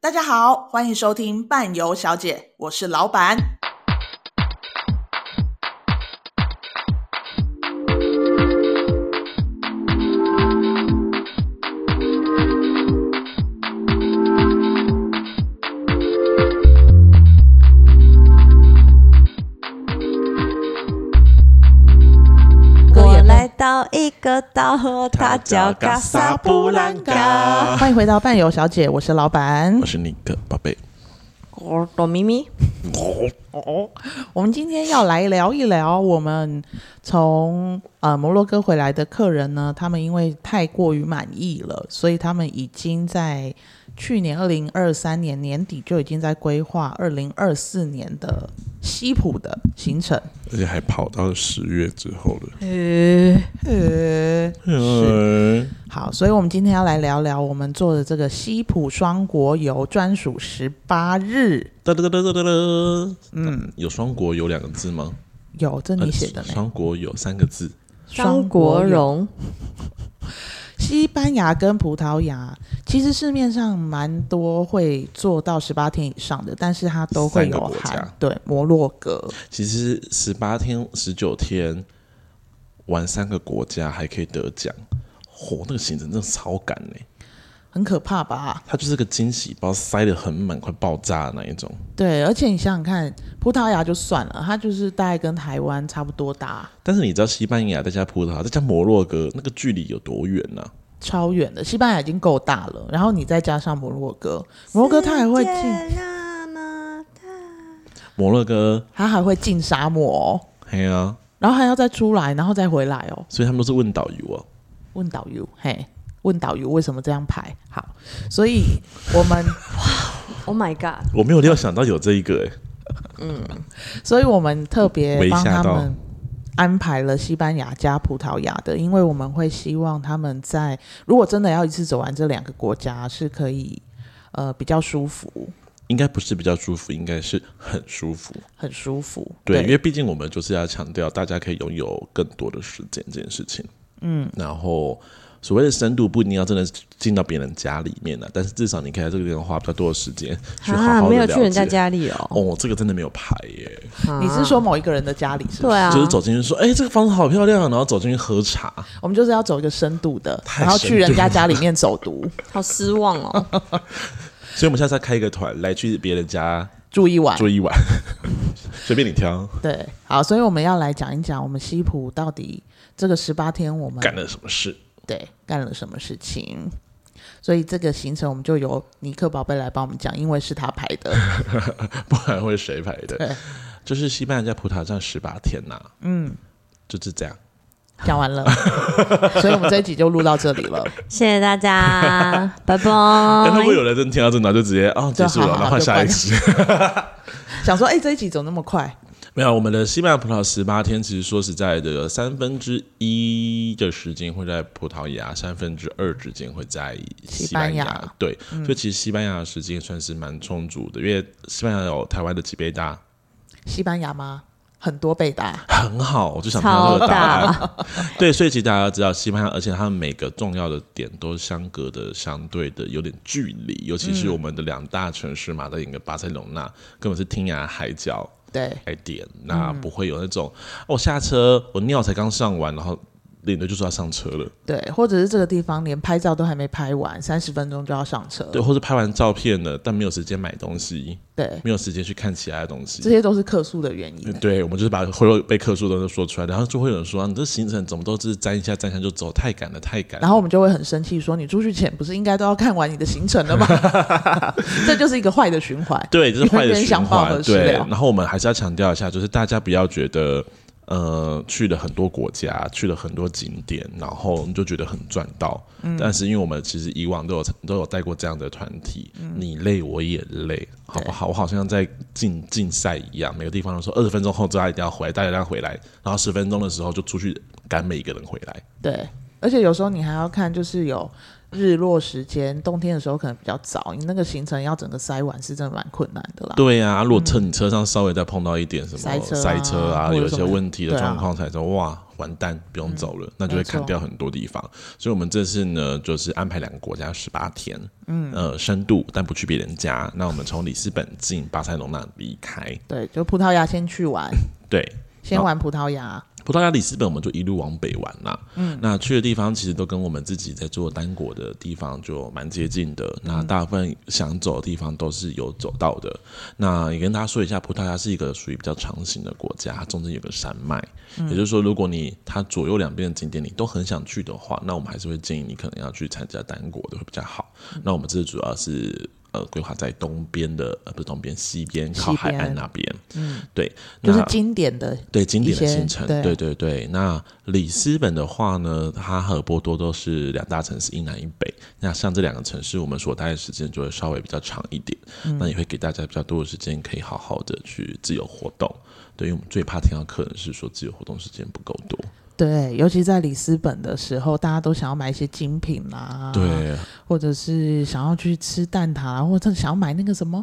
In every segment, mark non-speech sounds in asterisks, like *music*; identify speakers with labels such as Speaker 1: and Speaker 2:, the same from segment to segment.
Speaker 1: 大家好，欢迎收听伴游小姐，我是老板。
Speaker 2: 我来到一个岛，它叫嘎萨
Speaker 3: 萨
Speaker 2: 布兰嘎。，
Speaker 1: 欢迎回到伴游小姐，我是老板
Speaker 3: 我。是你的宝贝。
Speaker 2: 我朵咪咪，
Speaker 1: 我们今天要来聊一聊，我们从呃摩洛哥回来的客人呢，他们因为太过于满意了，所以他们已经在去年二零二三年年底就已经在规划二零二四年的西普的行程。
Speaker 3: 而且还跑到十月之后了。
Speaker 1: 哎
Speaker 3: 哎
Speaker 1: 呃，
Speaker 3: 是，
Speaker 1: 好，所以我们今天要来聊聊我们做的这个西普双国游专属十八日。
Speaker 3: 哒哒哒哒哒哒。
Speaker 1: 嗯，
Speaker 3: 有双国有两个字吗？
Speaker 1: 有这你写的
Speaker 3: 呃
Speaker 1: 呢？
Speaker 3: 双国有三个字。
Speaker 2: 张国荣，
Speaker 1: 西班牙跟葡萄牙，其实市面上蛮多会做到十八天以上的，但是它都会有
Speaker 3: 三个国
Speaker 1: 含
Speaker 3: 家
Speaker 1: 对摩洛哥，
Speaker 3: 其实十八天、十九天玩三个国家还可以得奖，嚯、那个行程真的超赶呢、
Speaker 1: 很可怕吧？
Speaker 3: 它就是个惊喜包，塞得很满，快爆炸的那一种。
Speaker 1: 对，而且你想想看，葡萄牙就算了，它就是大概跟台湾差不多大，
Speaker 3: 但是你知道西班牙再加葡萄牙再加摩洛哥那个距离有多远啊呢、
Speaker 1: 超远的。西班牙已经够大了，然后你再加上摩洛哥，摩洛哥它还会
Speaker 2: 世
Speaker 1: 进，
Speaker 2: 界那么大
Speaker 3: 摩洛哥，
Speaker 1: 它还会进沙漠哦、
Speaker 3: 嘿啊，
Speaker 1: 然后还要再出来，然后再回来哦。
Speaker 3: 所以他们都是问导游哦。
Speaker 1: 问导游，嘿，问导游为什么这样排？好，所以我们， *laughs*
Speaker 2: ，Oh my god！
Speaker 3: 我没有料想到有这一个、欸，
Speaker 1: 所以我们特别帮他
Speaker 3: 没吓
Speaker 1: 们
Speaker 3: 到
Speaker 1: 安排了西班牙加葡萄牙的，因为我们会希望他们在如果真的要一次走完这两个国家，是可以呃比较舒服，
Speaker 3: 应该不是比较舒服，应该是很舒服。
Speaker 1: 很舒服。
Speaker 3: 对，因为毕竟我们就是要强调大家可以拥有更多的时间这件事情。嗯，然后所谓的深度不一定要真的进到别人家里面了，啊但是至少你可以在这个地方花比较多的时间去好好
Speaker 2: 啊，
Speaker 3: 的
Speaker 2: 没有去人家
Speaker 3: 了解。
Speaker 2: 家里哦。
Speaker 3: 哦，这个真的没有排耶，
Speaker 2: 啊
Speaker 1: 你是说某一个人的家里是不
Speaker 2: 对
Speaker 1: 是？
Speaker 2: 啊？
Speaker 3: 就是走进去说，哎、这个房子好漂亮，然后走进去喝茶，
Speaker 1: 我们就是要走一个深度的，
Speaker 3: 太
Speaker 1: 然后
Speaker 3: 深
Speaker 1: 去人
Speaker 3: 度
Speaker 1: 家
Speaker 3: 了
Speaker 1: 家里面走读
Speaker 2: 好失望哦。
Speaker 3: 所以我们下次要开一个团来去别人家
Speaker 1: 住一晚，
Speaker 3: 住一
Speaker 2: 啊
Speaker 3: 晚， *laughs* 随便你挑，
Speaker 1: 对，好，所以我们要来讲一讲我们西普到底这个十八天我们
Speaker 3: 干了什么事？
Speaker 1: 对干了什么事情。所以这个行程我们就由尼克宝贝来帮我们讲，因为是他排的。
Speaker 3: *laughs* 不然会谁排的
Speaker 1: 对？
Speaker 3: 就是西班牙在葡萄牙站十八天呐、嗯，就是这样。
Speaker 1: 讲完
Speaker 3: *laughs*
Speaker 1: 了，所以我们这一集就录到这里了。
Speaker 2: 谢谢大家，拜拜。
Speaker 3: 但会不哎会有人真听到这，然后就直接哦结束
Speaker 1: 好
Speaker 3: 了，
Speaker 1: 好
Speaker 3: 然后换
Speaker 1: 就
Speaker 3: 下
Speaker 1: 关
Speaker 3: 一集？ *laughs*
Speaker 1: 想说，哎、这一集怎么那么快？
Speaker 3: 没有，我们的西班牙葡萄十八天，其实说实在的，三分之一的时间会在葡萄牙，三分之二之间会在西班
Speaker 1: 西班牙嗯
Speaker 3: 对，所以其实西班牙的时间也算是蛮充足的，因为西班牙有台湾的几倍大，
Speaker 1: 西班牙吗？很多倍大，
Speaker 3: 很好，我就想听到这个答
Speaker 2: 超
Speaker 3: 案。对，所以其实大家知道西班牙，而且他们每个重要的点都相隔的相对的有点距离，尤其是
Speaker 1: 嗯
Speaker 3: 我们的两大城市马德里跟巴塞隆纳，根本是天涯海角
Speaker 1: 对，
Speaker 3: 来点，那
Speaker 1: 嗯
Speaker 3: 不会有那种、哦下车我尿才刚上完，然后领队就说要上车了，
Speaker 1: 对，或者是这个地方连拍照都还没拍完，三十分钟就要上车，
Speaker 3: 对，或者拍完照片了，但没有时间买东西，
Speaker 1: 对，
Speaker 3: 没有时间去看其他的东西，
Speaker 1: 这些都是客诉的原因。
Speaker 3: 对，我们就是把会有被客诉的都说出来，然后就会有人说、啊你这行程怎么都是沾一下沾一下就走，太赶了，太赶了。
Speaker 1: 然后我们就会很生气，说你出去前不是应该都要看完你的行程了吗？ *laughs* 这就是一个坏的循环。
Speaker 3: 对，这是坏的循
Speaker 1: 想饱和
Speaker 3: 环。
Speaker 1: 食
Speaker 3: 对，
Speaker 1: 疗
Speaker 3: 然后我们还是要强调一下，就是大家不要觉得，呃，去了很多国家，去了很多景点，然后你就觉得很赚到。
Speaker 1: 嗯
Speaker 3: 但是因为我们其实以往都有都有带过这样的团体，
Speaker 1: 嗯
Speaker 3: 你累我也累，好不好？我好像在竞竞赛一样，每个地方都说二十分钟后大家一定要回来，大家一定要回来，然后十分钟的时候就出去赶每一个人回来。
Speaker 1: 对，而且有时候你还要看，就是有日落时间，冬天的时候可能比较早，你那个行程要整个塞完是真的蛮困难的啦。
Speaker 3: 对呀、啊，如果车你车上稍微再碰到一点什么
Speaker 1: 嗯塞车啊
Speaker 3: 塞车啊，
Speaker 1: 或者
Speaker 3: 有一
Speaker 1: 什
Speaker 3: 些
Speaker 1: 么
Speaker 3: 问题的
Speaker 1: 对啊嗯
Speaker 3: 状况才说哇完蛋不用走了，那就会
Speaker 1: 没错
Speaker 3: 砍掉很多地方。所以我们这次呢，就是安排两个国家十八天，嗯呃深度，但不去别人家。那我们从里斯本进巴塞隆纳离开，
Speaker 1: 对，就葡萄牙先去
Speaker 3: *laughs*
Speaker 1: 玩，
Speaker 3: 对，
Speaker 1: 先
Speaker 3: 好
Speaker 1: 玩葡萄牙，
Speaker 3: 葡萄牙里斯本，我们就一路往北玩啦。嗯，那去的地方其实都跟我们自己在做单国的地方就蛮接近的。
Speaker 1: 嗯
Speaker 3: 那大部分想走的地方都是有走到的。那也跟大家说一下，葡萄牙是一个属于比较长型的国家，它中间有个山脉，
Speaker 1: 嗯
Speaker 3: 也就是说，如果你它左右两边的景点你都很想去的话，那我们还是会建议你可能要去参加单国的会比较好。
Speaker 1: 嗯
Speaker 3: 那我们这次主要是。呃，规划在东边的，呃，不是东边，西边靠
Speaker 1: 西
Speaker 3: 海岸
Speaker 1: 边
Speaker 3: 那边。嗯，对，那
Speaker 1: 就是经典的
Speaker 3: 对经典的
Speaker 1: 一些
Speaker 3: 行程，
Speaker 1: 对
Speaker 3: 对对对。那里斯本的话呢，它和波多都是两大城市，一南一北。那像这两个城市，我们所待的时间就会稍微比较长一点，
Speaker 1: 嗯
Speaker 3: 那也会给大家比较多的时间，可以好好的去自由活动。对，因为我们最怕听到客人是说自由活动时间不够多，
Speaker 1: 对，尤其在里斯本的时候，大家都想要买一些精品啦，，
Speaker 3: 对，呃
Speaker 1: 或者是想要去吃蛋挞啊啦，或者想要买那个什么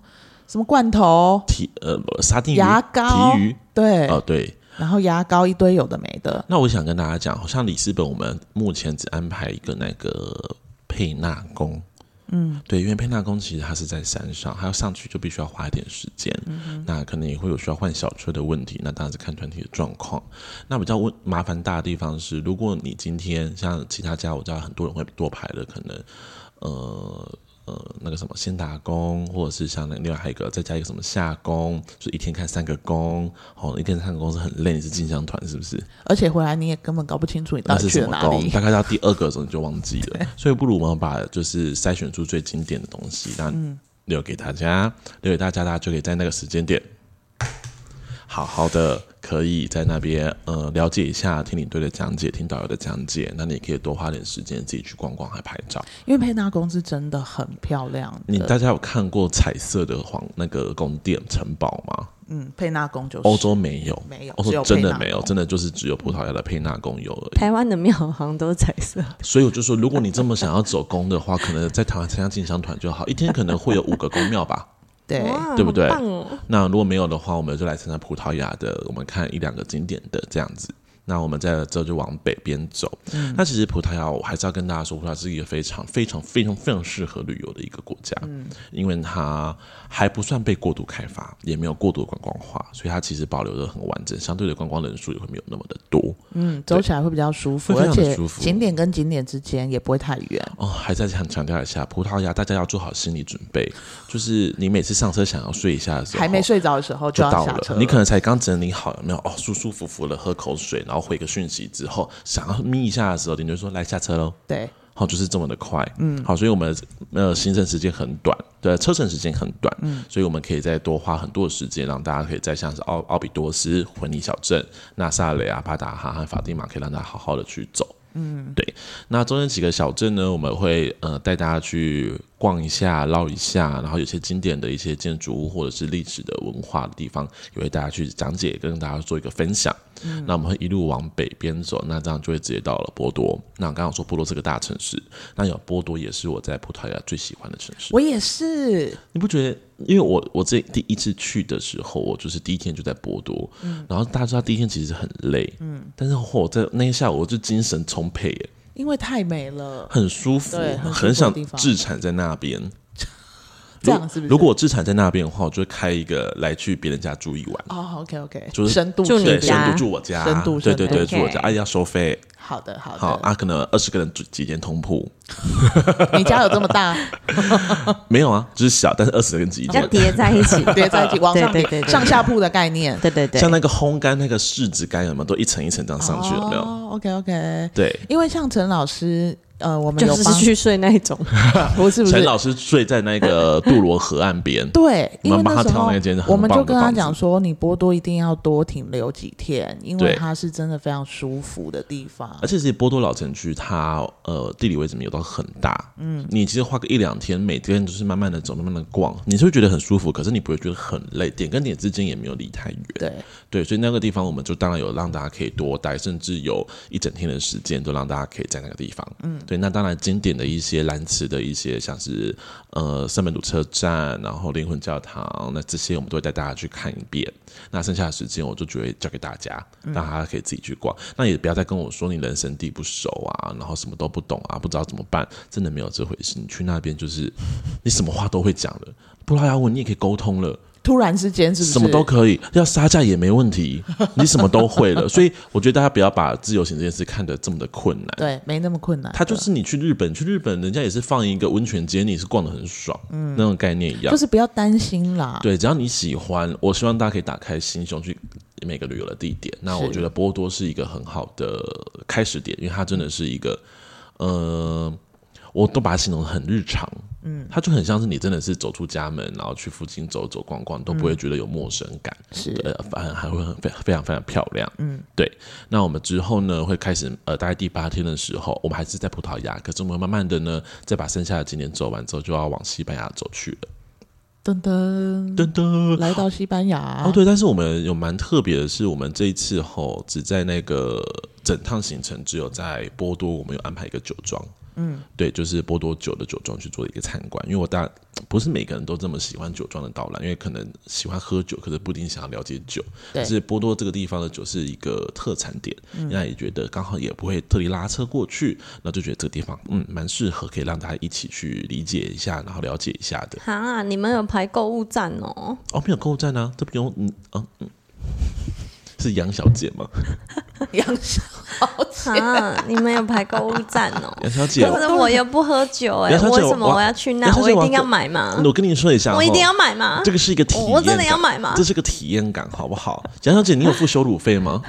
Speaker 1: 什么罐头、
Speaker 3: 提呃沙丁鱼、
Speaker 1: 牙膏
Speaker 3: 提鱼，
Speaker 1: 对，
Speaker 3: 哦对。
Speaker 1: 然后牙膏一堆有的没的，
Speaker 3: 那我想跟大家讲，好像里斯本我们目前只安排一个那个佩纳宫。嗯，对，因为佩纳宫其实它是在山上，它要上去就必须要花一点时间，那可能也会有需要换小车的问题，那当然是看团体的状况。那比较问麻烦大的地方是，如果你今天像其他家，我知道很多人会多排的，可能呃呃那个什么先打工，或者是像那另外还有一个再加一个什么下工，就一天看三个工，哦，一天看三个工是很累，你是进香团是不是？
Speaker 1: 而且回来你也根本搞不清楚你到
Speaker 3: 那
Speaker 1: 底
Speaker 3: 是
Speaker 1: 呃去了
Speaker 3: 什么
Speaker 1: 哪
Speaker 3: 工？
Speaker 1: 里。
Speaker 3: 大概到第二个的时候你就忘记了，所以不如我们把就是筛选出最经典的东西，那
Speaker 1: 嗯
Speaker 3: 留给大家，留给大家，大家就可以在那个时间点，好好的可以在那边呃了解一下，听领队的讲解，听导游的讲解，那你也可以多花点时间自己去逛逛，还拍照。
Speaker 1: 因为佩纳宫是真的很漂亮
Speaker 3: 你
Speaker 1: 的，
Speaker 3: 大家有看过彩色的皇那个宫殿城堡吗？
Speaker 1: 嗯，佩纳宫就是
Speaker 3: 欧洲没有，
Speaker 1: 没有
Speaker 3: 欧
Speaker 1: 只
Speaker 3: 洲
Speaker 1: 有
Speaker 3: 真的
Speaker 1: 佩纳
Speaker 3: 没有，
Speaker 1: 宫
Speaker 3: 真的就是只有葡萄牙的佩纳宫有而已。
Speaker 2: 台湾的庙好像都是彩色，
Speaker 3: 所以我就说，如果你这么想要走宫的话，可能在台湾参加进香团就好，一天可能会有五个宫庙吧。
Speaker 1: 对，
Speaker 2: 哇
Speaker 3: 对不对
Speaker 2: 好棒哦！
Speaker 3: 那如果没有的话，我们就来参加葡萄牙的，我们看一两个景点的这样子。那我们在这就往北边走。那其实葡萄牙，我还是要跟大家说，葡萄牙是一个非常非常非常非常适合旅游的一个国家，因为它还不算被过度开发，也没有过度观光化，所以它其实保留的很完整，相对的观光人数也会没有那么的多。
Speaker 1: 嗯，走起来会比较舒服，
Speaker 3: 会非
Speaker 1: 而
Speaker 3: 常地
Speaker 1: 且
Speaker 3: 舒服
Speaker 1: 景点跟景点之间也不会太远。
Speaker 3: 哦，还在想强调一下，葡萄牙大家要做好心理准备，就是你每次上车想要睡一下的时候，
Speaker 1: 还没睡着的时候
Speaker 3: 就
Speaker 1: 要
Speaker 3: 到
Speaker 1: 下车
Speaker 3: 你可能才刚整理好，有没有？哦，舒舒服服的喝口水，然后回个讯息之后，想要眯一下的时候，你就说来下车喽。
Speaker 1: 对，
Speaker 3: 好、就是这么的快，嗯，好，所以我们呃行程时间很短，对，车程时间很短，嗯，所以我们可以再多花很多的时间，让大家可以在像是奥哦奥比多斯、混尼小镇、纳萨雷啊、巴达哈和法蒂玛，可以让大家好好的去走，嗯，对。那中间几个小镇呢，我们会呃带大家去逛一下、绕一下，然后有些经典的一些建筑物或者是历史的文化的地方，也会带大家去讲解，跟大家做一个分享。那我们会一路往北边走，那这样就会直接到了波多。那我刚刚有说波多是个大城市，那有波多也是我在葡萄牙最喜欢的城市。
Speaker 1: 我也是，
Speaker 3: 你不觉得？因为我我这第一次去的时候，我就是第一天就在波多，然后大家知道第一天其实很累，嗯，但是我在那一下午我就精神充沛耶，
Speaker 1: 因为太美了，
Speaker 3: 很舒服，
Speaker 1: 对很舒服
Speaker 3: 很
Speaker 1: 的
Speaker 3: 想
Speaker 1: 地方
Speaker 3: 置产在那
Speaker 1: *laughs*
Speaker 3: 边。
Speaker 1: 这样是不是？
Speaker 3: 如果我置产在那边的话，我就会开一个来去别人家住一晚，
Speaker 1: 哦，OK OK，
Speaker 3: 就是
Speaker 1: 深度
Speaker 2: 就你
Speaker 3: 对，
Speaker 1: 深
Speaker 2: 家
Speaker 3: 深度住我家，
Speaker 1: 深度
Speaker 3: 对对对，
Speaker 2: 深度
Speaker 3: 住我家，
Speaker 2: OK
Speaker 3: 而且要收费。
Speaker 1: 好的好的，
Speaker 3: 好啊，可能二十个人住几间通铺，
Speaker 1: 你家有这么大，
Speaker 3: 没有啊，就是小，但是二十个人挤一
Speaker 2: 要 *laughs*
Speaker 3: 间。
Speaker 2: 叠在一起，
Speaker 1: 叠在一起往上
Speaker 2: *laughs* 对对
Speaker 1: 叠，
Speaker 2: 对
Speaker 1: 上下铺的概念
Speaker 2: 对对对，
Speaker 3: 像那个烘干那个柿子干有没有，都一层一层这样上去有没有？
Speaker 1: ？OK OK，
Speaker 3: 对，
Speaker 1: 因为像陈老师，呃，我们
Speaker 2: 就
Speaker 1: 有
Speaker 2: 是
Speaker 1: 帮，
Speaker 2: 去睡那一种，
Speaker 1: 不是不
Speaker 3: 陈
Speaker 1: 是。，
Speaker 3: 老师睡在那个杜罗河岸边
Speaker 1: 对，因
Speaker 3: 我
Speaker 1: 为
Speaker 3: 们帮
Speaker 1: 那
Speaker 3: 他
Speaker 1: 时候
Speaker 3: 挑那间很
Speaker 1: 我们
Speaker 3: 棒
Speaker 1: 就
Speaker 3: 的
Speaker 1: 跟他
Speaker 3: 房子
Speaker 1: 讲说，你波多一定要多停留几天，因为
Speaker 3: 对
Speaker 1: 它是真的非常舒服的地方
Speaker 3: 而。且是波多老城区，它呃地理位置没有到很大，嗯，你其实花个一两天，每天就是慢慢的走，慢慢的逛，你是会觉得很舒服，可是你不会觉得很累，点跟点之间也没有离太远，
Speaker 1: 对，
Speaker 3: 对，所以那个地方我们就当然有让大家可以多待，甚至有一整天的时间都让大家可以在那个地方。嗯，对，那当然经典的一些兰池的一些，像是呃圣门堵车站，然后灵魂教堂，那这些我们都会带大家去看一遍。那剩下的时间我就觉得交给大家，
Speaker 1: 嗯
Speaker 3: 让大家可以自己去逛。那也不要再跟我说你人生地不熟啊，然后什么都不懂啊，不知道怎么办，真的没有这回事。你去那
Speaker 1: *laughs*
Speaker 3: 边就是你什么话都会讲了，葡萄牙文你也可以沟通了。
Speaker 1: 突然之间是不是
Speaker 3: 什么都可以，要杀价也没问题，你什么都会了。所以我觉得大家不要把自由行这件事看得这么的困难。
Speaker 1: 对，没那么困难的。
Speaker 3: 它就是你去日本，去日本人家也是放一个温泉街，你是逛得很爽，
Speaker 1: 嗯
Speaker 3: 那种概念一样
Speaker 1: 就。是不要担心啦。
Speaker 3: 对，只要你喜欢，我希望大家可以打开心胸去每个旅游的地点。那我
Speaker 1: 是
Speaker 3: 觉得波多是一个很好的开始点，因为它真的是一个，呃，我都把它形容得很日常。嗯，它就很像是你真的是走出家门，然后去附近走走逛逛，都不会觉得有陌生感。
Speaker 1: 是
Speaker 3: 对呃，反而还会很非非常非常漂亮。嗯，对。那我们之后呢，会开始呃，大概第八天的时候，我们还是在葡萄牙，可是我们慢慢的呢，再把剩下的景点走完之后，就要往西班牙走去了。
Speaker 1: 噔噔，
Speaker 3: 噔噔。
Speaker 1: 来到西班牙， *laughs*
Speaker 3: 哦，对，但是我们有蛮特别的是，我们这一次吼只在那个整趟行程只有在波多，我们有安排一个酒庄，嗯，对，就是波多酒的酒庄去做一个参观，因为我大不是每个人都这么喜欢酒庄的导览，因为可能喜欢喝酒，可是不一定想要了解酒，
Speaker 1: 对
Speaker 3: 但是波多这个地方的酒是一个特产点，那、也觉得刚好也不会特地拉车过去，那就觉得这个地方嗯蛮适合可以让大家一起去理解一下，然后了解一下的。
Speaker 2: 哈，你们有排购物站哦？
Speaker 3: 哦，没有购物站啊，这不用，嗯啊，嗯，是杨小姐
Speaker 2: *laughs*
Speaker 3: 吗？
Speaker 1: 杨小姐，
Speaker 2: 哈，你们有排购物站哦？
Speaker 3: 杨小姐，
Speaker 2: 可是我又不喝酒哎、
Speaker 3: 杨小姐
Speaker 2: 为什么
Speaker 3: 我
Speaker 2: 我要去那
Speaker 3: 杨？小
Speaker 2: 我
Speaker 3: 姐
Speaker 2: 一
Speaker 3: 我
Speaker 2: 定
Speaker 3: 要
Speaker 2: 要买吗？
Speaker 3: 我跟你说一下，
Speaker 2: 我一定要
Speaker 3: 哦，
Speaker 2: 买吗？
Speaker 3: 这个是一个体验，
Speaker 2: 我真的要，买吗
Speaker 3: 这？是个体验感，好不好？杨小姐，你有付羞辱费吗？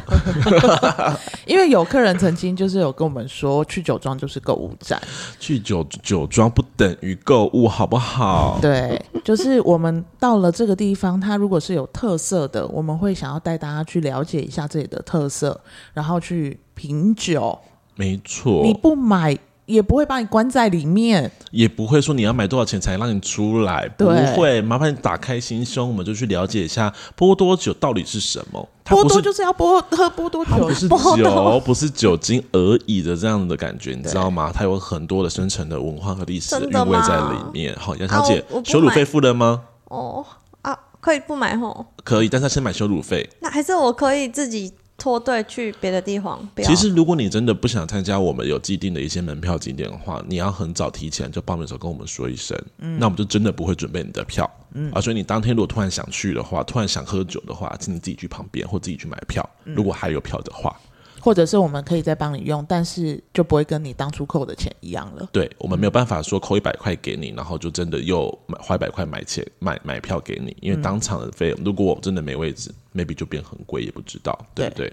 Speaker 1: 因为有客人曾经就是有跟我们说，去酒庄就是购物站，
Speaker 3: *laughs* 去酒酒庄不等于购物，好不好？
Speaker 1: 对，就是我们到了这个地方，它如果是有特色的，我们会想要带大家去了解一下这里的特色，然后去品酒。
Speaker 3: 没错
Speaker 1: 你，不买也不会把你关在里面，
Speaker 3: 也不会说你要买多少钱才让你出来，不
Speaker 1: 对
Speaker 3: 会。麻烦你打开心胸，我们就去了解一下波多酒到底是什么。它
Speaker 1: 波
Speaker 3: 不
Speaker 1: 多
Speaker 3: 是
Speaker 1: 就是要波喝波多
Speaker 3: 它
Speaker 1: 酒
Speaker 3: 不，是
Speaker 2: 波
Speaker 3: 酒
Speaker 2: 动，
Speaker 3: *laughs* 不是酒精而已的这样的感觉，你知道吗？它有很多的深层的文化和历史的
Speaker 2: 真的
Speaker 3: 韵味在
Speaker 2: 吗
Speaker 3: 里面。好，杨
Speaker 2: 啊
Speaker 3: 小
Speaker 2: 我
Speaker 3: 姐
Speaker 2: 我不，买
Speaker 3: 羞辱费付了吗？
Speaker 2: 哦啊，可以不买吼？
Speaker 3: 可以，但是他先买羞辱费。
Speaker 2: 那还是我可以自己脱队去别的地方？不要
Speaker 3: 其实，如果你真的不想参加我们有既定的一些门票景点的话，你要很早提前就报名的时候跟我们说一声，
Speaker 2: 嗯
Speaker 3: 那我们就真的不会准备你的票。啊，所以你当天如果突然想去的话，突然想喝酒的话，请你自己去旁边或自己去买票，
Speaker 2: 嗯
Speaker 3: 如果还有票的话。
Speaker 1: 或者是我们可以再帮你用，但是就不会跟你当初扣的钱一样了。
Speaker 3: 对我们没有办法说扣一百块给你，然后就真的又买花一百块买钱买买票给你，因为当场的费用，如果我真的没位置，maybe 就变很贵，也不知道，对不对？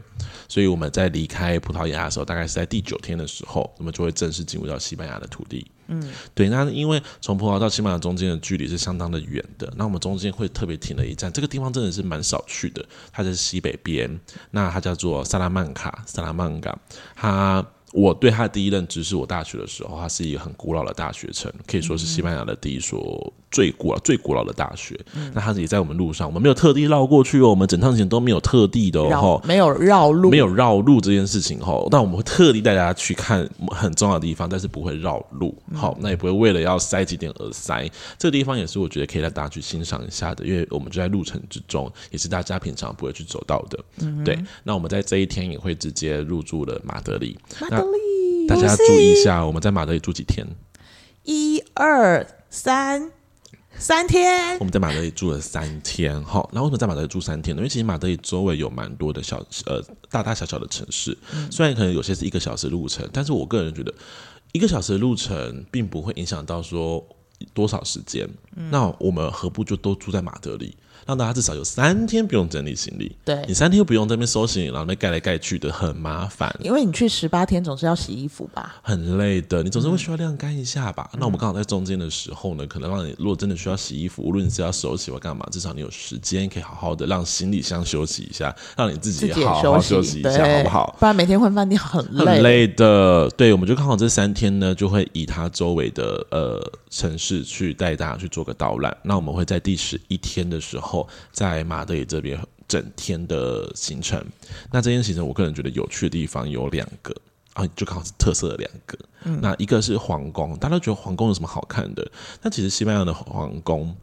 Speaker 3: 所以我们在离开葡萄牙的时候，大概是在第九天的时候，我们就会正式进入到西班牙的土地。嗯，对，那因为从葡萄牙到西班牙中间的距离是相当的远的，那我们中间会特别停了一站，这个地方真的是蛮少去的，它在西北边，那它叫做萨拉曼卡，萨拉曼卡，它我对它的第一认知是我大学的时候，它是一个很古老的大学城，可以说是西班牙的第一所最古老、最古老的大学。那它也在我们路上，我们没有特地绕过去哦，我们整趟行都没有特地的哦，
Speaker 1: 绕
Speaker 3: 吼
Speaker 1: 没有绕路，
Speaker 3: 没有绕路这件事情吼，那我们会特地带大家去看很重要的地方，但是不会绕路。好，那也不会为了要塞几点而塞。这个地方也是我觉得可以让大家去欣赏一下的，因为我们就在路程之中，也是大家平常不会去走到的。对，那我们在这一天也会直接入住了马德里。
Speaker 1: 马德里
Speaker 3: 大家要注意一下，我们在马德里住几天？
Speaker 1: 一二三三天
Speaker 3: *laughs* 我，们在马德里住了三天，哈。然后为什么在马德里住三天呢？因为其实马德里周围有蛮多的小呃大大小小的城市，虽然可能有些是一个小时路程，但是我个人觉得一个小时的路程并不会影响到说多少时间。那我们何不就都住在马德里，让大家至少有三天不用整理行李？
Speaker 1: 对
Speaker 3: 你，三天又不用在那边收行李，然后那边盖来盖去的，很麻烦。
Speaker 1: 因为你去十八天总是要洗衣服吧？
Speaker 3: 很累的，你总是会需要晾干一下吧？
Speaker 1: 嗯
Speaker 3: 那我们刚好在中间的时候呢，可能让你如果真的需要洗衣服，无论你是要手洗或干嘛，至少你有时间可以好好的让行李箱休息一下，让你自
Speaker 1: 自
Speaker 3: 己
Speaker 1: 己也
Speaker 3: 好
Speaker 1: 休
Speaker 3: 好休息一下，好不好？？
Speaker 1: 不然每天换饭店很累。
Speaker 3: 很累的，对，我们就刚好这三天呢，就会以它周围的呃城市去带大家去做个导览。那我们会在第十一天的时候，在马德里这边整天的行程。那这件行程，我个人觉得有趣的地方有两个。啊，就刚好是特色的两个。那一个是皇宫，大家都觉得皇宫有什么好看的？但其实西班牙的皇宫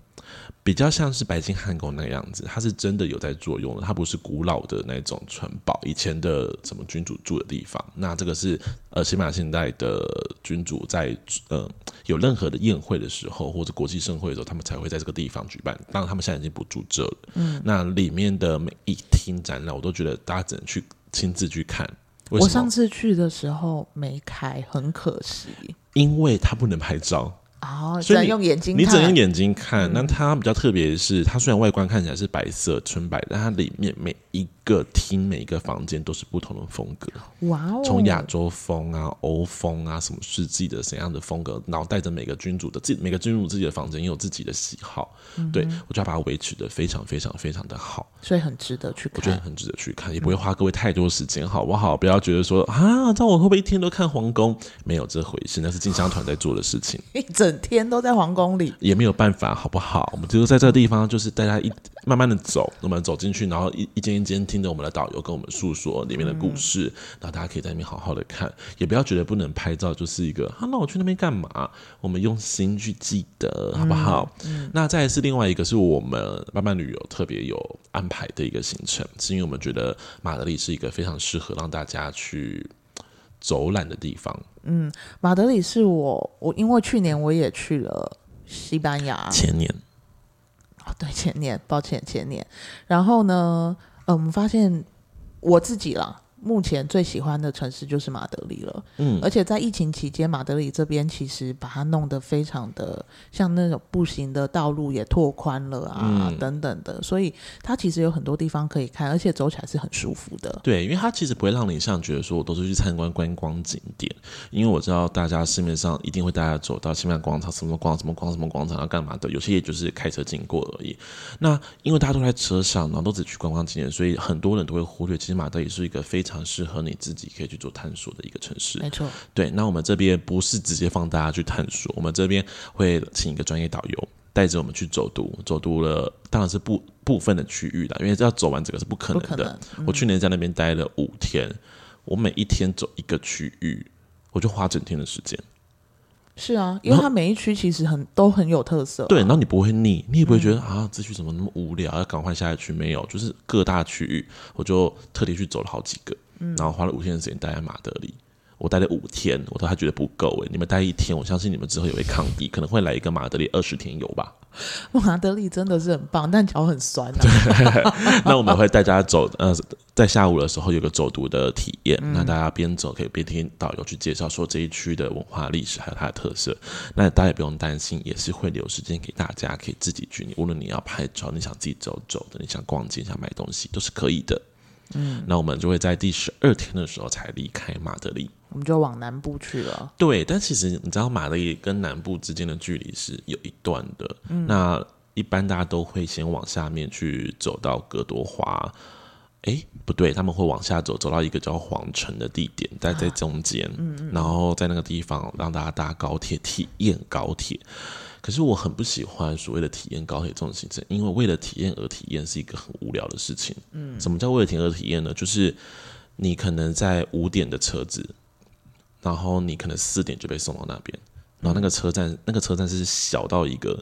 Speaker 3: 比较像是白金汉宫那个样子，它是真的有在作用的，它不是古老的那种城堡，以前的什么君主住的地方。那这个是呃，西班牙现代的君主在呃有任何的宴会的时候，或者国际盛会的时候，他们才会在这个地方举办。当然，他们现在已经不住这了。嗯，那里面的每一厅展览，我都觉得大家只能去亲自去看。为
Speaker 1: 嗯我
Speaker 3: 什么
Speaker 1: 上次去的时候没开，很可惜。
Speaker 3: 因为它不能拍照，
Speaker 1: 哦，只
Speaker 3: 所以
Speaker 1: 能用眼睛
Speaker 3: 你
Speaker 1: 看，嗯
Speaker 3: 只能用眼睛看。那它比较特别的是，它虽然外观看起来是白色纯白，但它里面每一个厅、每一个房间都是不同的风格，
Speaker 1: 哇哦，
Speaker 3: 从亚洲风啊、欧风啊，什么世纪的怎样的风格，然后带着每个君主的自己，每个君主自己的房间也有自己的喜好。
Speaker 1: 嗯
Speaker 3: 对我就要把它维持的非常非常非常的好。
Speaker 1: 所以很值得去
Speaker 3: 我觉得
Speaker 1: 看。
Speaker 3: 很值得去看，也不会花各位太多时间，好不好？不要觉得说啊，那我会不会一天都看皇宫？没有这回事，那是进香团在做的事情，
Speaker 1: 一整天都在皇宫里，
Speaker 3: 也没有办法，好不好？我们就是在这个地方，就是大家一慢慢的走，我们走进去，然后一一间一间听着我们的导游跟我们诉说里面的故事，然后大家可以在那边好好的看，也不要觉得不能拍照就是一个啊，那我去那边干嘛？我们用心去记得，好不好？那再来是另外一个是我们慢慢旅游特别有安排的一个行程，是因为我们觉得马德里是一个非常适合让大家去走览的地方。
Speaker 1: 马德里是我我因为去年我也去了西班牙，
Speaker 3: 前年
Speaker 1: 哦对前年，抱歉前年。然后呢，呃，我们发现我自己啦，目前最喜欢的城市就是马德里了。
Speaker 3: 嗯
Speaker 1: 而且在疫情期间，马德里这边其实把它弄得非常的像那种步行的道路也拓宽了啊，
Speaker 3: 嗯
Speaker 1: 等等的，所以它其实有很多地方可以看，而且走起来是很舒服的。
Speaker 3: 对，因为它其实不会让你像觉得说我都是去参观观光景点，因为我知道大家市面上一定会大家走到西曼广场、什么广场、什么广场、什么广场要干嘛的，有些也就是开车经过而已。那因为大家都在车上，然后都只去观光景点，所以很多人都会忽略，其实马德里是一个非常适合你自己可以去做探索的一个城市。
Speaker 1: 没错，
Speaker 3: 对，那我们这边不是直接放大家去探索，我们这边会请一个专业导游带着我们去走读，走读了当然是部部分的区域啦，因为要走完整个是不可
Speaker 1: 不
Speaker 3: 能
Speaker 1: 可
Speaker 3: 的。
Speaker 1: 能。
Speaker 3: 我去年在那边待了五天，我每一天走一个区域，我就花整天的时间。
Speaker 1: 是啊，因
Speaker 3: 然
Speaker 1: 为
Speaker 3: 后
Speaker 1: 它每一区其实很都很有特色啊、
Speaker 3: 对，然后你不会腻，你也不会觉得、啊，这区怎么那么无聊，要赶快下一区。没有，就是各大区域，我就特地去走了好几个，然后花了五天的时间待在马德里。我待了五天，我都还觉得不够欸诶。你们待一天，我相信你们之后也会抗议，可能会来一个马德里二十天游吧。
Speaker 1: 马德里真的是很棒，但脚很酸、啊。
Speaker 3: *laughs* 那我们会带大家走，呃，在下午的时候有个走读的体验，那大家边走可以边听导游去介绍说这一区的文化历史还有它的特色。那大家也不用担心，也是会留时间给大家可以自己去，你无论你要拍照，你想自己走走的，你想逛街、想买东西都是可以的。嗯，那我们就会在第十二天的时候才离开马德里。
Speaker 1: 我们就往南部去了。 *laughs*
Speaker 3: 对，但其实你知道马德里跟南部之间的距离是有一段的。那一般大家都会先往下面去走到格多华，诶，不对，他们会往下走，走到一个叫皇城的地点，待在中间，然后在那个地方让大家搭高铁体验高铁。可是我很不喜欢所谓的体验高铁这种行程，因为为了体验而体验是一个很无聊的事情。嗯，什么叫为了体验而体验呢？就是你可能在五点的车子，然后你可能四点就被送到那边，然后那个车站，那个车站是小到一个，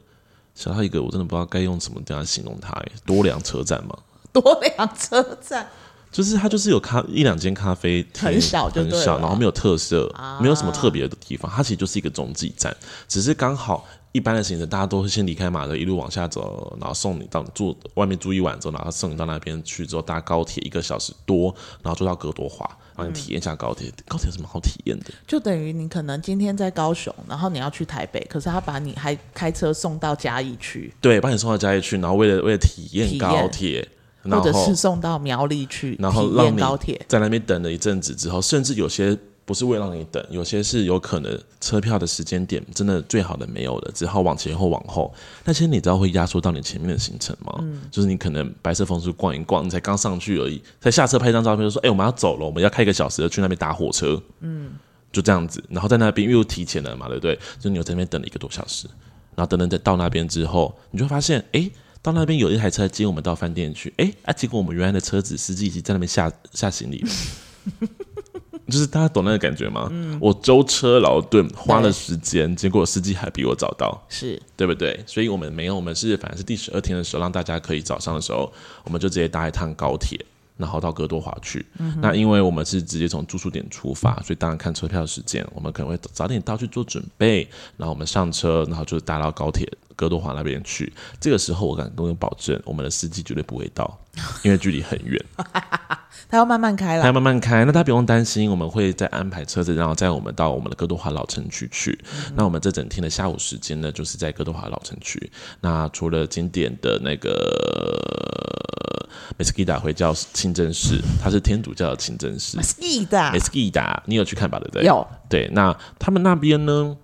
Speaker 3: 小到一个，我真的不知道该用什么这样形容它，欸多良车站嘛，
Speaker 1: 多良车站，
Speaker 3: 就是它就是有咖一两间咖啡厅，
Speaker 1: 很小就
Speaker 3: 很
Speaker 1: 对
Speaker 3: 小，
Speaker 1: 了啊
Speaker 3: 然后没有特色，没有什么特别的地方，它其实就是一个中继站，只是刚好。一般的行程，大家都是先离开马德，一路往下走，然后送你到住外面住一晚之后，然后送你到那边去之后搭高铁一个小时多，然后坐到格多华，然后你体验一下高铁。高铁有什么好体验的？
Speaker 1: 就等于你可能今天在高雄，然后你要去台北，可是他把你还开车送到嘉义去，
Speaker 3: 对，把你送到家里去，然后为了为了体验
Speaker 1: 体验
Speaker 3: 高铁，然
Speaker 1: 或
Speaker 3: 后
Speaker 1: 者是送到苗栗去
Speaker 3: 然后
Speaker 1: 体
Speaker 3: 让
Speaker 1: 验
Speaker 3: 你
Speaker 1: 高铁。
Speaker 3: 在那边等了一阵子之后，甚至有些不是为了让你等，有些是有可能车票的时间点真的最好的没有了，只好往前或往后。那些你知道会压缩到你前面的行程吗？
Speaker 1: 嗯
Speaker 3: 就是你可能白色枫树逛一逛，你才刚上去而已，才下车拍一张照片就说：“哎、我们要走了，我们要开一个小时的去那边搭火车。”嗯，就这样子，然后在那边因为又提前了嘛，对不对？就你有在那边等了一个多小时，然后等等等到那边之后，你就会发现，哎、到那边有一台车接我们到饭店去，哎、啊，结果我们原来的车子司机已经在那边下下行李了。 *laughs* 就是大家懂那个感觉吗？我舟车劳顿，花了时间，结果司机还比我早到，
Speaker 1: 是
Speaker 3: 对不对？所以我们没有，我们是反正是第十二天的时候，让大家可以早上的时候，我们就直接搭一趟高铁，然后到哥多华去。那因为我们是直接从住宿点出发，所以当然看车票时间，我们可能会早点到去做准备，然后我们上车，然后就搭到高铁哥多华那边去。这个时候我敢跟你保证，我们的司机绝对不会到，因为距离很远。
Speaker 1: 他要慢慢开
Speaker 3: 它
Speaker 1: 了，
Speaker 3: 要慢慢开，那大家不用担心，我们会再安排车子，然后载我们到我们的哥多华老城区去。那我们这整天的下午时间呢，就是在哥多华老城区。那除了经典的那个 Mesquita 回教清真寺，它是天主教的清真寺。
Speaker 1: 是的，
Speaker 3: Mesquita，你有去看吧？对不对？
Speaker 1: 有
Speaker 3: 对，那他们那边呢？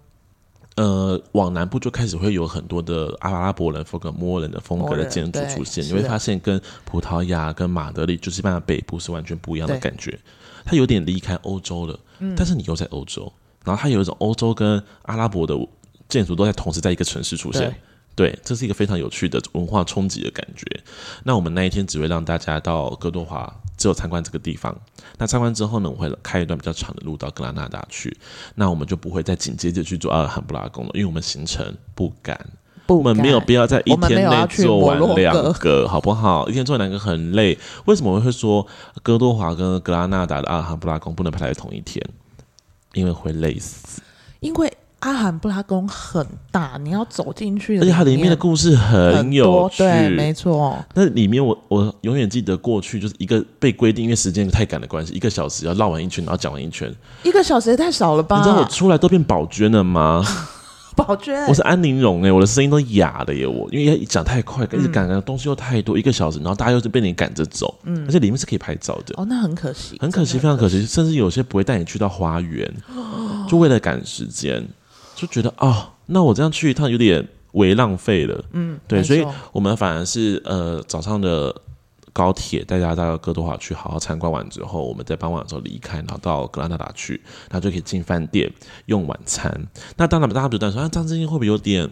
Speaker 3: 呃，往南部就开始会有很多的阿拉伯人风格、摩人的风格
Speaker 1: 摩
Speaker 3: 的
Speaker 1: 人
Speaker 3: 建筑
Speaker 1: 对
Speaker 3: 出现，你
Speaker 1: 是
Speaker 3: 会
Speaker 1: 的
Speaker 3: 发现跟葡萄牙、跟马德里，就是西班牙北部是完全不一样的
Speaker 1: 对
Speaker 3: 感觉。它有点离开欧洲了，但是你又在欧洲，然后它有一种欧洲跟阿拉伯的建筑都在同时在一个城市出现
Speaker 1: 对。
Speaker 3: 对，这是一个非常有趣的文化冲击的感觉。那我们那一天只会让大家到哥多华，只有参观这个地方。那参观之后呢，我会开一段比较长的路到格拉纳达去。那我们就不会再紧接着去做阿尔罕布拉宫了，因为我们行程不赶，
Speaker 1: 不
Speaker 3: 我们没有必要在一
Speaker 1: 我们没
Speaker 3: 天
Speaker 1: 有
Speaker 3: 内
Speaker 1: 要去
Speaker 3: 做完
Speaker 1: 摩洛哥
Speaker 3: 两个，好不好？一天做两个很累。为什么我会说哥多华跟格拉纳达的阿尔罕布拉宫不能排在同一天？因为会累死，
Speaker 1: 因为阿罕布拉宫很大，你要走进去，
Speaker 3: 而且它里面的故事很有
Speaker 1: 多，
Speaker 3: 趣。
Speaker 1: 对，没错，
Speaker 3: 那里面我我永远记得过去就是一个被规定，因为时间太赶的关系，一个小时要绕完一圈，然后讲完一圈。
Speaker 1: 一个小时也太少了吧？
Speaker 3: 你知道我出来都变宝娟了吗？ *laughs*
Speaker 1: 宝娟
Speaker 3: 我是安陵容哎、我的声音都哑了耶！我因为一讲太快，一
Speaker 1: 嗯
Speaker 3: 直赶赶东西又太多，一个小时，然后大家又是被你赶着走，
Speaker 1: 嗯
Speaker 3: 而且里面是可以拍照的，
Speaker 1: 哦，那很可惜，
Speaker 3: 很可惜，非常可惜，甚至有些不会带你去到花园，就为了赶时间，就觉得啊、那我这样去一趟有点为浪费了，嗯，对，
Speaker 1: 没
Speaker 3: 所以
Speaker 1: 错
Speaker 3: 我们反而是呃早上的。高铁带大家到哥多华去好好参观完之后，我们在傍晚的时候离开，然后到格拉纳达去，然后就可以进饭店用晚餐。那当然，大家不担心说，啊，张之英会不会有点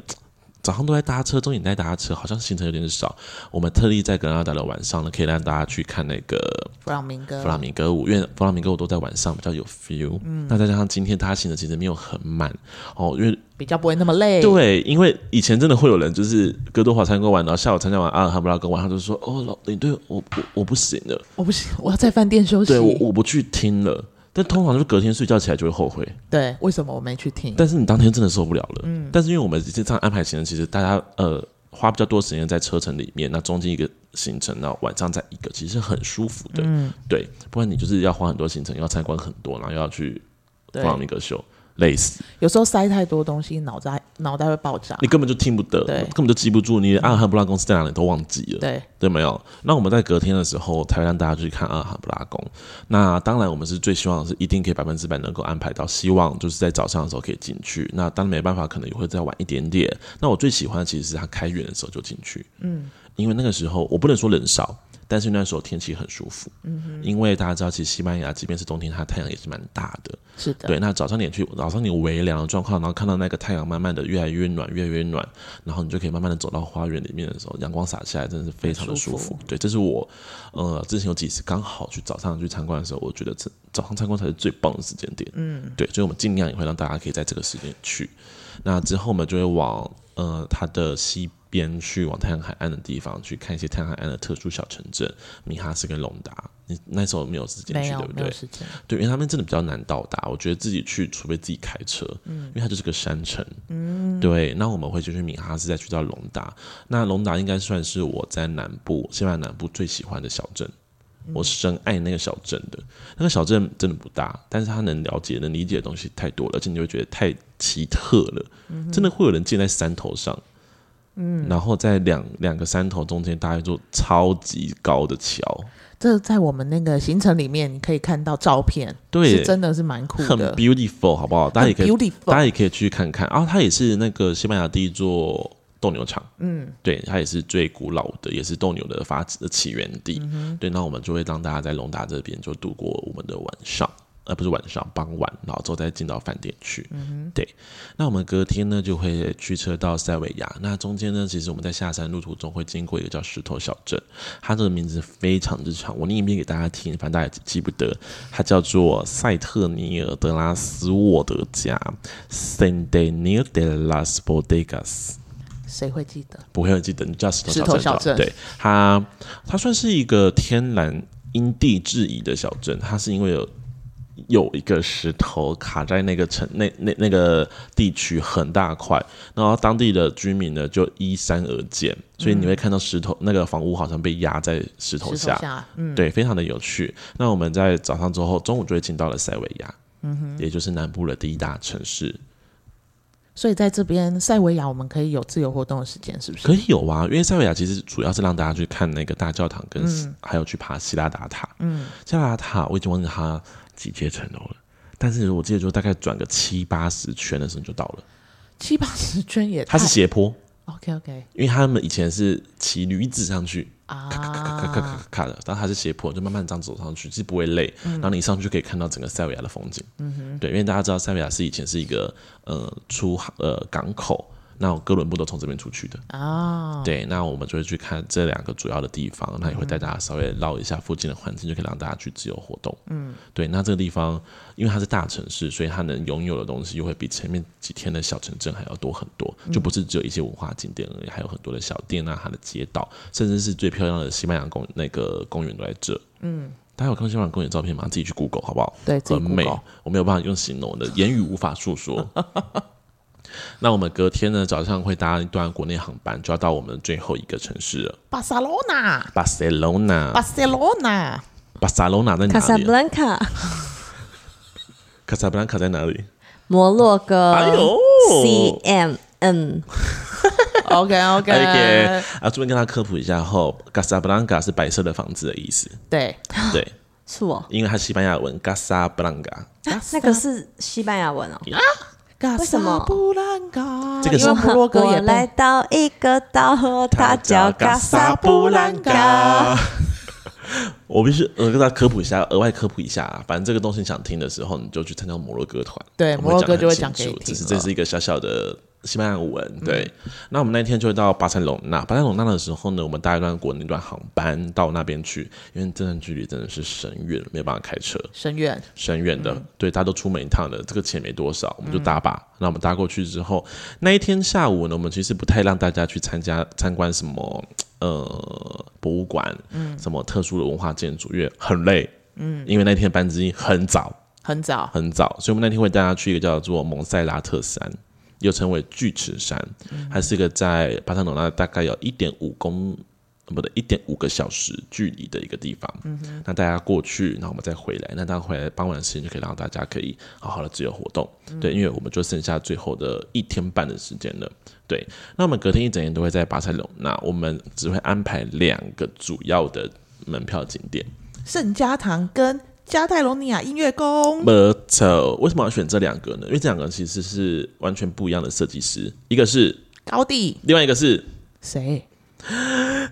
Speaker 3: 早上都在搭车，中午也在搭车，好像行程有点少。我们特地在格拉纳达的晚上呢，可以让大家去看那个
Speaker 1: 弗朗明哥，
Speaker 3: 弗拉明歌舞，因为弗拉明歌舞都在晚上比较有 feel。那再加上今天他行的其实没有很满哦，因为
Speaker 1: 比较不会那么累，
Speaker 3: 对，因为以前真的会有人就是哥多华参观完，然后下午参加完阿尔罕布拉宫，晚啊上就说哦老你对我我我不行了，
Speaker 1: 我不行，我要在饭店休息。
Speaker 3: 对我我不去听了。但通常就隔天睡觉起来就会后悔，
Speaker 1: 对为什么我没去听？
Speaker 3: 但是你当天真的受不了了。但是因为我们这样安排行程，其实大家呃花比较多时间在车程里面，那中间一个行程，那晚上再一个，其实很舒服的。对，不然你就是要花很多行程，要参观很多，然后又要去
Speaker 1: 对
Speaker 3: 放那个秀，累死，
Speaker 1: 有时候塞太多东西，脑袋脑袋会爆炸
Speaker 3: 你。根本就听不得，
Speaker 1: 对
Speaker 3: 根本就记不住，你连阿尔罕布拉宫是在哪里都忘记了。
Speaker 1: 对，
Speaker 3: 对，没有。那我们在隔天的时候才会让大家去看阿尔罕布拉宫。那当然，我们是最希望是一定可以百分之百能够安排到，希望就是在早上的时候可以进去。那当然没办法，可能也会再晚一点点。那我最喜欢的其实是它开园的时候就进去，嗯，因为那个时候我不能说人少。但是那时候天气很舒服，嗯、因为大家知道，其实西班牙即便是冬天，它太阳也是蛮大的。
Speaker 1: 是的，
Speaker 3: 对，那早上你去，早上你微凉的状况，然后看到那个太阳慢慢的越来越暖，越来越暖，然后你就可以慢慢的走到花园里面的时候，阳光洒下来，真的是非常的舒服。
Speaker 1: 舒服
Speaker 3: 对，这是我呃之前有几次刚好去早上去参观的时候，我觉得这早上参观才是最棒的时间点。嗯，对，所以我们尽量也会让大家可以在这个时间去。那之后我们就会往呃它的西。边去往太阳海岸的地方去看一些太阳海岸的特殊小城镇，米哈斯跟隆达。你那时候没有时间
Speaker 1: 没
Speaker 3: 去，
Speaker 1: 有
Speaker 3: 对不
Speaker 1: 没
Speaker 3: 对
Speaker 1: 有？时间，
Speaker 3: 对，因为他们真的比较难到达，我觉得自己去，除非自己开车，
Speaker 1: 嗯
Speaker 3: 因为它就是个山城，嗯，对。那我们会就去米哈斯，再去到隆达。那隆达应该算是我在南部，西班牙南部最喜欢的小镇，
Speaker 1: 嗯
Speaker 3: 我深爱那个小镇的。那个小镇真的不大，但是它能了解、能理解的东西太多了，而且你会觉得太奇特了，
Speaker 1: 嗯
Speaker 3: 真的会有人建在山头上。嗯，然后在两两个山头中间搭一座超级高的桥，
Speaker 1: 这在我们那个行程里面你可以看到照片，
Speaker 3: 对
Speaker 1: 是真的是蛮酷
Speaker 3: 很
Speaker 1: 的，
Speaker 3: beautiful，好不好？大家也可以
Speaker 1: 很
Speaker 3: 大家
Speaker 1: beautiful，
Speaker 3: 也可以去看看啊。它也是那个西班牙第一座斗牛场，嗯，对，它也是最古老的，也是斗牛的嗯发的起源地。对，那我们就会让大家在隆达这边就度过我们的晚上。呃，不是晚上，傍晚，然后之后再进到饭店去。嗯对。那我们隔天呢，就会驱车到塞维亚。那中间呢，其实我们在下山路途中会经过一个叫石头小镇，它这个名字非常之长，我念一遍给大家听，反正大家也记不得。它叫做塞特尼尔德拉斯沃德加 s a n d e n i r de las Bodegas）。
Speaker 1: 谁会记得？
Speaker 3: 不会有记得，你叫石
Speaker 1: 石
Speaker 3: 头
Speaker 1: 头
Speaker 3: 小
Speaker 1: 小
Speaker 3: 镇
Speaker 1: 镇
Speaker 3: 就好。对，它它算是一个天然因地制宜的小镇，它是因为有。有一个石头卡在那个城那那那个地区很大块，然后当地的居民呢就依山而建，所以你会看到石头、那个房屋好像被压在石头
Speaker 1: 石
Speaker 3: 下
Speaker 1: 头，下，嗯，
Speaker 3: 对，非常的有趣。那我们在早上之后，中午就会进到了塞维亚，嗯哼，也就是南部的第一大城市，
Speaker 1: 所以在这边塞维亚，我们可以有自由活动的时间，是不是？
Speaker 3: 可以有啊，因为塞维亚其实主要是让大家去看那个大教堂跟，还有去爬希拉达塔。嗯，希拉达塔我已经忘记它几阶层楼了，但是我记得就大概转个七八十圈的时候你就到了。
Speaker 1: 七八十圈也
Speaker 3: 它
Speaker 1: 太
Speaker 3: 是斜坡，
Speaker 1: OK OK
Speaker 3: 因为他们以前是骑驴子上去，咔咔咔咔咔咔
Speaker 1: 啊， *laughs*
Speaker 3: 咔咔的，但它是斜坡，就慢慢这样走上去，其实不会累。然后你一上去就可以看到整个塞维亚的风景。嗯哼，对，因为大家知道塞维亚是以前是一个呃出呃港口，那哥伦布都从这边出去的。
Speaker 1: 啊，
Speaker 3: 对，那我们就会去看这两个主要的地方，那也会带大家稍微绕一下附近的环境，就可以让大家去自由活动。嗯，对，那这个地方因为它是大城市，所以它能拥有的东西又会比前面几天的小城镇还要多很多，
Speaker 1: 嗯
Speaker 3: 就不是只有一些文化景点而已，还有很多的小店啊，它的街道，甚至是最漂亮的西班牙公那个公园都在这。嗯，大家有看过西班牙公园照片吗？自己去 Google 好不好？
Speaker 1: 对，自己
Speaker 3: 很美
Speaker 1: Google，
Speaker 3: 我没有办法用形容我的言语无法诉说。 *laughs* 那我们隔天呢，早上会搭一段国内航班，就要到我们最后一个城市了
Speaker 1: 巴塞罗那，
Speaker 3: 巴塞罗那
Speaker 1: 巴。塞罗那，
Speaker 3: *laughs* 巴塞罗那在
Speaker 2: 卡
Speaker 3: 哪
Speaker 2: 萨
Speaker 3: 里
Speaker 2: 布
Speaker 3: 啊？
Speaker 2: 兰卡，
Speaker 3: 卡萨布兰卡在哪里？
Speaker 2: 摩洛哥。
Speaker 1: 呃
Speaker 3: 哎呦
Speaker 2: c M N，
Speaker 1: OK OK，,
Speaker 3: OK，啊，这边跟大家科普一下后，卡萨布兰卡是白色的房子的
Speaker 1: *laughs*
Speaker 3: 意思。
Speaker 1: 对，
Speaker 2: 啊
Speaker 3: 对，
Speaker 2: 是我。
Speaker 3: 因为它西班牙文卡萨布兰卡，
Speaker 1: 啊
Speaker 2: 那个是西班牙文哦。
Speaker 3: 啊
Speaker 1: 为
Speaker 2: 为什么
Speaker 1: 布兰嘎，
Speaker 3: 这个是
Speaker 1: 因为摩洛哥
Speaker 2: 我
Speaker 1: 也
Speaker 2: 来
Speaker 1: 被
Speaker 2: 到一个岛，它叫卡萨布兰卡。。
Speaker 3: *laughs* 我必须呃跟大家科普一下，额外科普一下啊。反正这个东西你想听的时候，你就去参加摩洛哥团，
Speaker 1: 对
Speaker 3: 我们
Speaker 1: 摩洛哥就会
Speaker 3: 讲
Speaker 1: 讲给
Speaker 3: 得很
Speaker 1: 你
Speaker 3: 清楚。只是
Speaker 1: 听嗯
Speaker 3: 这
Speaker 1: 了
Speaker 3: 是一个小小的西班牙文，对。那我们那天就会到巴塞隆纳，巴塞隆纳的时候呢，我们搭一段国内段航班到那边去，因为这段距离真的是神远，没有办法开车。
Speaker 1: 深渊，
Speaker 3: 深远的，对，大家都出门一趟的，这个钱没多少，我们就搭吧。那我们搭过去之后，那一天下午呢，我们其实不太让大家去参加参观什么呃博物馆，嗯，什么特殊的文化建筑，因为很累，嗯，因为那天班机很早
Speaker 1: 很早，
Speaker 3: 很早，所以我们那天会带大家去一个叫做蒙塞拉特山。又称为锯齿山，它是一个在巴塞罗那大概有一点五公不对，一点五个小时距离的一个地方。那大家过去，那我们再回来，那大家回来傍晚的时间就可以让大家可以好好的自由活动。对，因为我们就剩下最后的一天半的时间了。对，那我们隔天一整天都会在巴塞隆那，我们只会安排两个主要的门票景点。
Speaker 1: 圣家堂跟加泰罗尼亚音乐宫，
Speaker 3: 没错，呃为什么要选这两个呢？因为这两个其实是完全不一样的设计师，一个是，
Speaker 1: 高地
Speaker 3: 另外一个是
Speaker 1: 谁？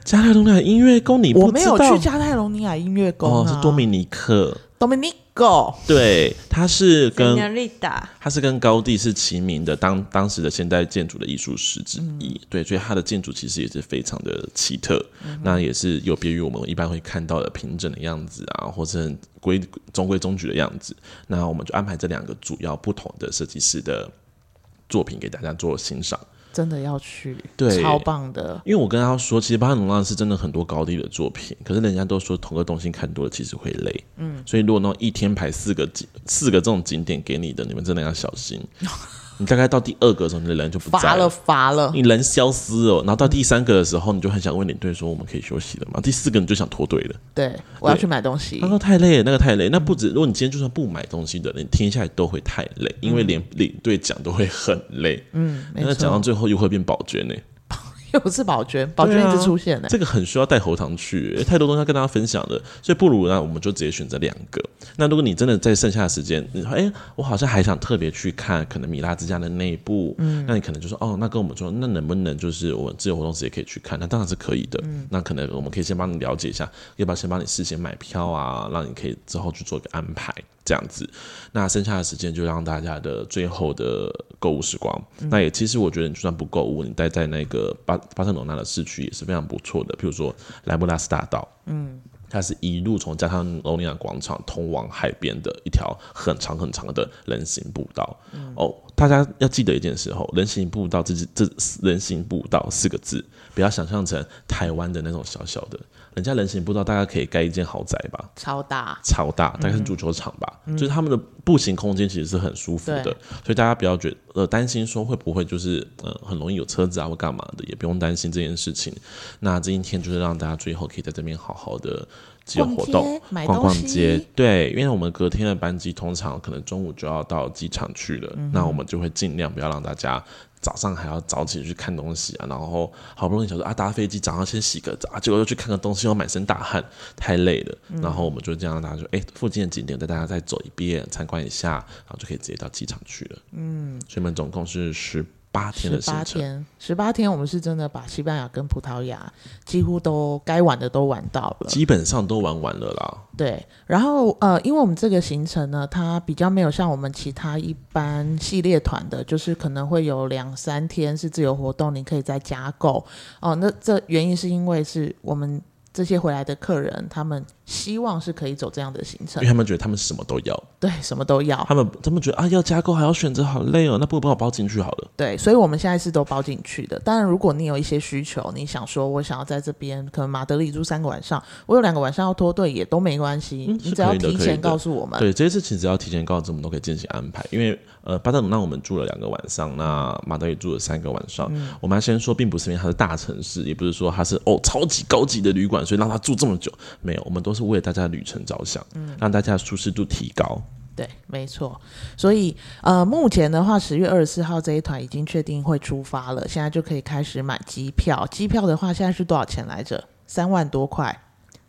Speaker 3: 加泰隆那音乐宫，你不
Speaker 1: 我没有
Speaker 3: 知道
Speaker 1: 去加泰罗尼亚音乐宫
Speaker 3: 哦，
Speaker 1: 啊，
Speaker 3: 是多米尼克，
Speaker 1: Dominico，
Speaker 3: 对，他是跟
Speaker 2: Senorita，
Speaker 3: 他是跟高地是齐名的当当时的现代建筑的艺术史之一，对，所以它的建筑其实也是非常的奇特，那也是有别于我们一般会看到的平整的样子啊，或是很规中规中矩的样子。那我们就安排这两个主要不同的设计师的作品给大家做欣赏。
Speaker 1: 真的要去，
Speaker 3: 对
Speaker 1: 超棒的，
Speaker 3: 因为我跟他说，其实巴塞隆纳是真的很多高地的作品，可是人家都说同个东西看多了其实会累，嗯，所以如果那种一天排四个景四个这种景点给你的，你们真的要小心。你大概到第二个的时候，你的人就不在
Speaker 1: 乏了乏了
Speaker 3: 你，人消失哦。然后到第三个的时候，你就很想问领队说我们可以休息了吗？第四个你就想脱队了，
Speaker 1: 对我要去买东西 *laughs*
Speaker 3: 他，说太累了，那个太累。那不止，如果你今天就算不买东西的人，你听下来都会太累，因为连领队讲都会很累。
Speaker 1: 嗯，没
Speaker 3: 那讲到
Speaker 1: 错，
Speaker 3: 最后又会变宝娟呢、
Speaker 1: 有是宝娟，宝娟
Speaker 3: 对啊
Speaker 1: 一直出现呢、欸
Speaker 3: 这个很需要带喉糖去、欸太多东西要跟大家分享了，所以不如呢，我们就直接选择两个。那如果你真的在剩下的时间，你说，哎、我好像还想特别去看可能米拉之家的内部，嗯，那你可能就说，哦，那跟我们说，那能不能就是我们自由活动时也可以去看？那当然是可以的。
Speaker 1: 嗯
Speaker 3: 那可能我们可以先帮你了解一下，要不要先帮你事先买票啊，让你可以之后去做一个安排，这样子。那剩下的时间就让大家的最后的购物时光。那也其实我觉得你就算不购物，你待在那个巴巴塞罗那的市区也是非常不错的。譬如说莱布拉斯大道，嗯，它是一路从加泰罗尼亚广场通往海边的一条很长很长的人行步道。哦，大家要记得一件事哦，人行步道这这人行步道四个字，不要想象成台湾的那种小小的，人家人行步道大概可以盖一间豪宅吧。
Speaker 1: 超大，
Speaker 3: 超大，大概是足球场吧，就是他们的步行空间其实是很舒服的
Speaker 1: 对，
Speaker 3: 所以大家不要觉得呃担心说会不会就是呃很容易有车子啊或干嘛的，也不用担心这件事情。那今天就是让大家最后可以在这边好好的自由活
Speaker 1: 逛
Speaker 3: 动
Speaker 1: 街，买
Speaker 3: 逛逛
Speaker 1: 东西
Speaker 3: 街，对，因为我们隔天的班机通常可能中午就要到机场去了，
Speaker 1: 嗯
Speaker 3: 那我们就会尽量不要让大家。早上还要早起去看东西啊，然后好不容易想说啊，搭飞机早上先洗个澡，啊结果又去看个东西，又满身大汗，太累了。
Speaker 1: 嗯
Speaker 3: 然后我们就这样让大家说，哎、附近的景点带大家再走一遍，参观一下，然后就可以直接到机场去了。嗯，所以我们总共是十八
Speaker 1: 十
Speaker 3: 天的行
Speaker 1: 八
Speaker 3: 程，
Speaker 1: 天，十八天，我们是真的把西班牙跟葡萄牙几乎都该玩的都玩到了。
Speaker 3: 基本上都玩完了啦。
Speaker 1: 对，然后呃，因为我们这个行程呢，它比较没有像我们其他一般系列团的，就是可能会有两三天是自由活动，你可以再加购哦。那这原因是因为是我们这些回来的客人，他们希望是可以走这样的行
Speaker 3: 因
Speaker 1: 程
Speaker 3: 为，他们觉得他们什么都要，
Speaker 1: 对，什么都要，
Speaker 3: 他们他们觉得啊要加购还要选择好累哦，那不如把我包进去好了。
Speaker 1: 对，所以我们现在是都包进去的。当然，如果你有一些需求，你想说我想要在这边，可能马德里住三个晚上，我有两个晚上要脱队也都没关系，
Speaker 3: 嗯
Speaker 1: 你
Speaker 3: 是
Speaker 1: 只要
Speaker 3: 可以的
Speaker 1: 提
Speaker 3: 可以
Speaker 1: 前
Speaker 3: 的
Speaker 1: 告诉我们。
Speaker 3: 对，这些事情只要提前告知，我们都可以进行安排。因为呃，巴塞罗那我们住了两个晚上，那马德里住了三个晚上。
Speaker 1: 嗯
Speaker 3: 我们要先说，并不是因为它是大城市，也不是说它是哦超级高级的旅馆，所以让他住这么久。没有，我们都是为了大家的旅程着想，
Speaker 1: 嗯
Speaker 3: 让大家的舒适度提高。
Speaker 1: 对，没错。所以呃，目前的话，十月二十四号这一团已经确定会出发了，现在就可以开始买机票。机票的话，现在是多少钱来着？三万多块。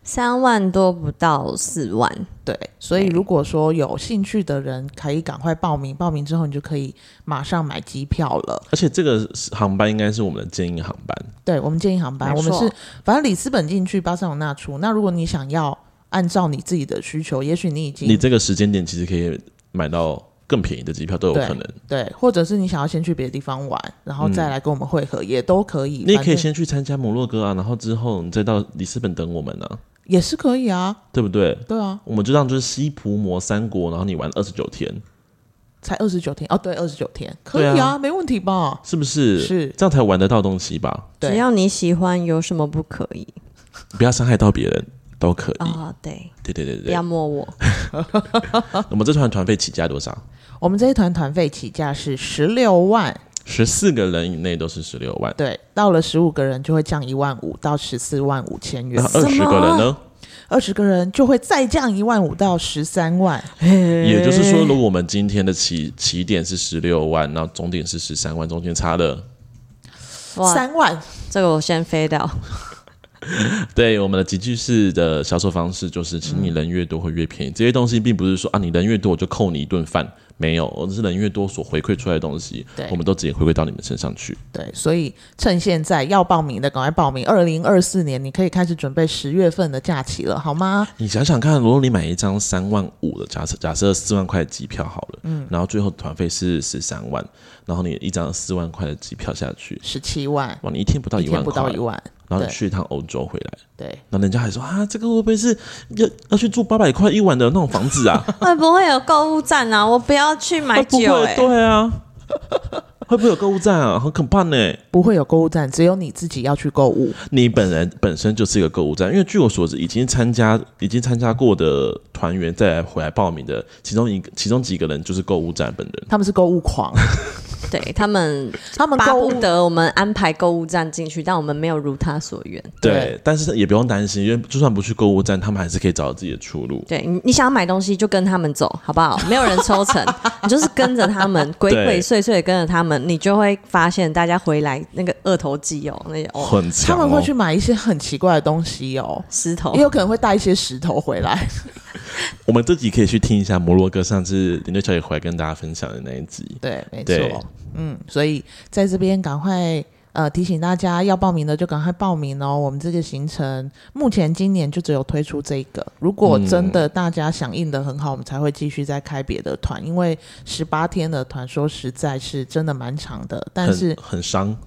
Speaker 2: 三万多不到四万，
Speaker 1: 对，所以如果说有兴趣的人，可以赶快报名。报名之后，你就可以马上买机票了。
Speaker 3: 而且这个航班应该是我们的建议航班，
Speaker 1: 对我们建议航班，
Speaker 2: 没
Speaker 1: 我们
Speaker 2: 错
Speaker 1: 是反正里斯本进去，巴塞罗那出。那如果你想要按照你自己的需求，也许你已经
Speaker 3: 你这个时间点其实可以买到更便宜的机票都有
Speaker 1: 对
Speaker 3: 可能。
Speaker 1: 对，或者是你想要先去别的地方玩，然后再来跟我们会合，也都可以。
Speaker 3: 嗯你也
Speaker 1: 反
Speaker 3: 可以
Speaker 1: 正
Speaker 3: 先去参加摩洛哥啊，然后之后你再到里斯本等我们啊，
Speaker 1: 也是可以啊，
Speaker 3: 对不对？
Speaker 1: 对啊。
Speaker 3: 我们就让就是西葡摩三国，然后你玩二十九天，
Speaker 1: 才二十九天哦，对，二十九天可
Speaker 3: 对啊
Speaker 1: 以啊，没问题吧？
Speaker 3: 是不是？
Speaker 1: 是
Speaker 3: 这样才玩得到东西吧？
Speaker 2: 只
Speaker 1: 对
Speaker 2: 要你喜欢，有什么不可以
Speaker 3: 不要伤害到别人，都可以。
Speaker 2: 啊、对，
Speaker 3: 对嗯对对
Speaker 2: 不
Speaker 3: 对
Speaker 2: 要，摸
Speaker 3: *laughs*
Speaker 2: 我，
Speaker 3: 我们这团团费起价多少？
Speaker 1: 我们这一团团费起价是十六万，
Speaker 3: 十四个人以内都是十六万，
Speaker 1: 对，到了十五个人就会降一万五到十四万五千元
Speaker 3: 那，啊二十
Speaker 2: 什么
Speaker 3: 个人呢？
Speaker 1: 二十个人就会再降一万五到十三万，
Speaker 3: 也就是说，如果我们今天的起起点是十六万，然后终点是十三万，中间差了。
Speaker 2: 哇，
Speaker 1: 三万
Speaker 2: 这个我先飞
Speaker 3: *laughs*
Speaker 2: 掉。
Speaker 3: 对，我们的集聚式的销售方式就是，请你人越多会越便宜。这些东西并不是说啊，你人越多我就扣你一顿饭，没有，而是人越多所回馈出来的东西
Speaker 1: 对，
Speaker 3: 我们都直接回馈到你们身上去。
Speaker 1: 对，所以趁现在要报名的赶快报名，二零二四年你可以开始准备十月份的假期了，好吗？
Speaker 3: 你想想看，如果你买一张三万五的，假设假设四万块的机票好了，嗯，然后最后团费是十三万，然后你一张四万块的机票下去，
Speaker 1: 十七万，
Speaker 3: 哇，你一天不到
Speaker 1: 一
Speaker 3: 哦一万
Speaker 1: 天不
Speaker 3: 块，
Speaker 1: 到一万，
Speaker 3: 然后
Speaker 1: 对
Speaker 3: 你去一趟欧洲回来，
Speaker 1: 对，
Speaker 3: 然后人家还说啊，这个会不会是要要去住八百块一晚的那种房子
Speaker 1: *laughs*
Speaker 3: 啊？
Speaker 2: 会不会有购物站啊？我不要去买
Speaker 3: 会不
Speaker 2: 酒、
Speaker 3: 会？
Speaker 2: 欸，
Speaker 3: 对啊， *laughs* 会不会有购物站啊？很可怕呢、
Speaker 1: 不会有购物站，只有你自己要去购物。
Speaker 3: 你本人本身就是一个购物站，因为据我所知，已经参加已经参加过的团员再来回来报名的，其中一个其中几个人就是购物站本人。
Speaker 1: *laughs* 他们是购物狂，
Speaker 2: 对他们
Speaker 1: 他们
Speaker 2: 巴
Speaker 1: 购
Speaker 2: 不
Speaker 1: 物
Speaker 2: 得我们安排购物站进去，但我们没有如他所愿。
Speaker 3: 对，但是也不用担心，因为就算不去购物站，他们还是可以找到自己的出路。
Speaker 2: 对你，你想买东西就跟他们走，好不好？没有人抽
Speaker 3: *laughs*
Speaker 2: 成，你就是跟着他们，鬼鬼祟祟地跟着他们，你就会发现大家回来那个二头肌哦，那些哦
Speaker 3: 很
Speaker 1: 他
Speaker 3: 强、哦，
Speaker 1: 们会去买一些很奇怪的东西哦，
Speaker 2: 石头
Speaker 1: 也，有可能会带一些石头回
Speaker 3: *laughs*
Speaker 1: 来。
Speaker 3: 我们自己可以去听一下摩洛哥上次林队小姐回来跟大家分享的那一集。
Speaker 1: 对，没
Speaker 3: 对
Speaker 1: 错，嗯，所以在这边赶快呃提醒大家，要报名的就赶快报名哦。我们这个行程目前今年就只有推出这一个，如果真
Speaker 3: 嗯
Speaker 1: 的大家响应的很好，我们才会继续再开别的团，因为十八天的团说实在是真的蛮长的，但是
Speaker 3: 很很伤，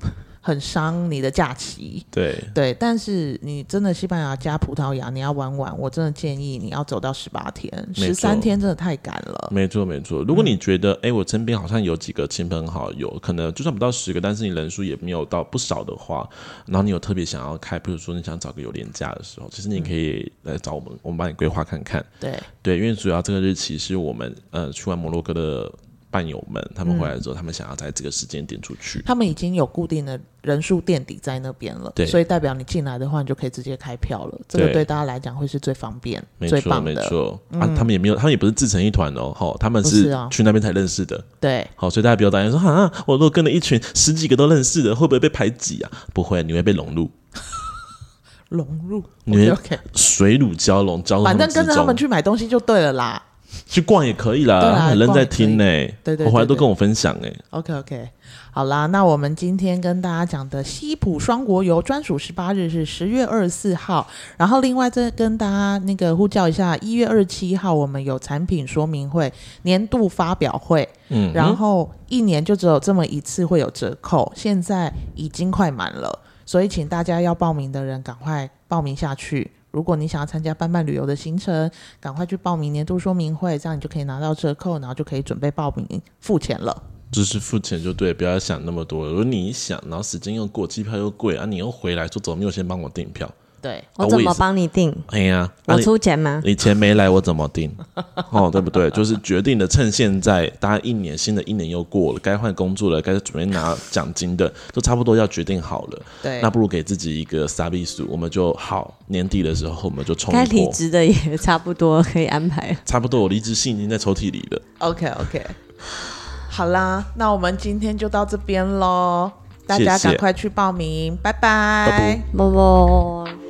Speaker 1: 很伤你的假期。
Speaker 3: 对，
Speaker 1: 对，但是你真的西班牙加葡萄牙，你要玩完，我真的建议你要走到十八天，十
Speaker 3: 没错
Speaker 1: 三天真的太赶了。
Speaker 3: 没错没错。如果你觉得，哎、我身边好像有几个亲朋好友，可能就算不到十个，但是你人数也没有到不少的话，然后你有特别想要开，比如说你想找个有廉价的时候，其
Speaker 1: 嗯
Speaker 3: 实你可以来找我们，我们帮你规划看看。
Speaker 1: 对，
Speaker 3: 对，因为主要这个日期是我们呃去完摩洛哥的伴友们，他们回来之后，
Speaker 1: 嗯
Speaker 3: 他们想要在这个时间点出去。
Speaker 1: 他们已经有固定的人数垫底在那边了
Speaker 3: 对，
Speaker 1: 所以代表你进来的话，你就可以直接开票了。这个
Speaker 3: 对
Speaker 1: 对大家来讲会是最方便、
Speaker 3: 没
Speaker 1: 最
Speaker 3: 错，
Speaker 1: 棒
Speaker 3: 没
Speaker 1: 的。嗯
Speaker 3: 错、啊！他们也没有，他们也不是自成一团哦，吼，他们
Speaker 1: 不是
Speaker 3: 是
Speaker 1: 啊
Speaker 3: 去那边才认识的。
Speaker 1: 对，
Speaker 3: 好，所以大家不要担心说啊，我如果跟了一群十几个都认识的，会不会被排挤啊？不会，你会被融入，
Speaker 1: 融入
Speaker 3: 你哦会
Speaker 1: OK OK，
Speaker 3: 水乳交融，交融
Speaker 1: 反正跟着他们
Speaker 3: 去
Speaker 1: 去买东西就对了啦。
Speaker 3: 去逛也可以啦，
Speaker 1: 对啊
Speaker 3: 他很认
Speaker 1: 逛
Speaker 3: 在
Speaker 1: 也可以
Speaker 3: 听呢、
Speaker 1: 对对对
Speaker 3: 我回来都
Speaker 1: 对
Speaker 3: 跟我分享哎、
Speaker 1: OK OK，好啦，那我们今天跟大家讲的西普双国游专属十八日是十月二十四号，然后另外再跟大家那个呼叫一下，一月二十七号我们有产品说明会、年度发表会，
Speaker 3: 嗯，
Speaker 1: 然后一年就只有这么一次会有折扣，现在已经快满了，所以请大家要报名的人赶快报名下去。如果你想要参加伴伴旅游的行程，赶快去报名年度说明会，这样你就可以拿到折扣，然后就可以准备报名付钱了。
Speaker 3: 就是付钱就对，不要想那么多。如果你一想，然后时间又过，机票又贵啊，你又回来说怎么没有先帮我订票？
Speaker 1: 对，
Speaker 2: 我
Speaker 3: 啊
Speaker 2: 怎
Speaker 3: 我也
Speaker 2: 么
Speaker 3: 是
Speaker 2: 帮你定？
Speaker 3: 哎呀，啊
Speaker 2: 我
Speaker 3: 你
Speaker 2: 出钱吗？
Speaker 3: 你钱没来，我怎么定？ *laughs* 哦，对不对？就是决定的，趁现在，大家一年新的一年又过了，该换工作了，该准备拿奖金的，都差不多要决定好了。
Speaker 1: 对
Speaker 3: 那不如给自己一个傻逼数，我们就好年底的时候我们就冲
Speaker 2: 该
Speaker 3: 一
Speaker 2: 离
Speaker 3: 波。
Speaker 2: 职的也差不多可以安
Speaker 3: *laughs*
Speaker 2: 排了。
Speaker 3: 差不多，我离职信已经在抽屉里了。
Speaker 1: OK OK，好啦，那我们今天就到这边喽，大家
Speaker 3: 谢谢
Speaker 1: 赶快去报名，拜拜。
Speaker 3: 拜拜
Speaker 2: 啵啵。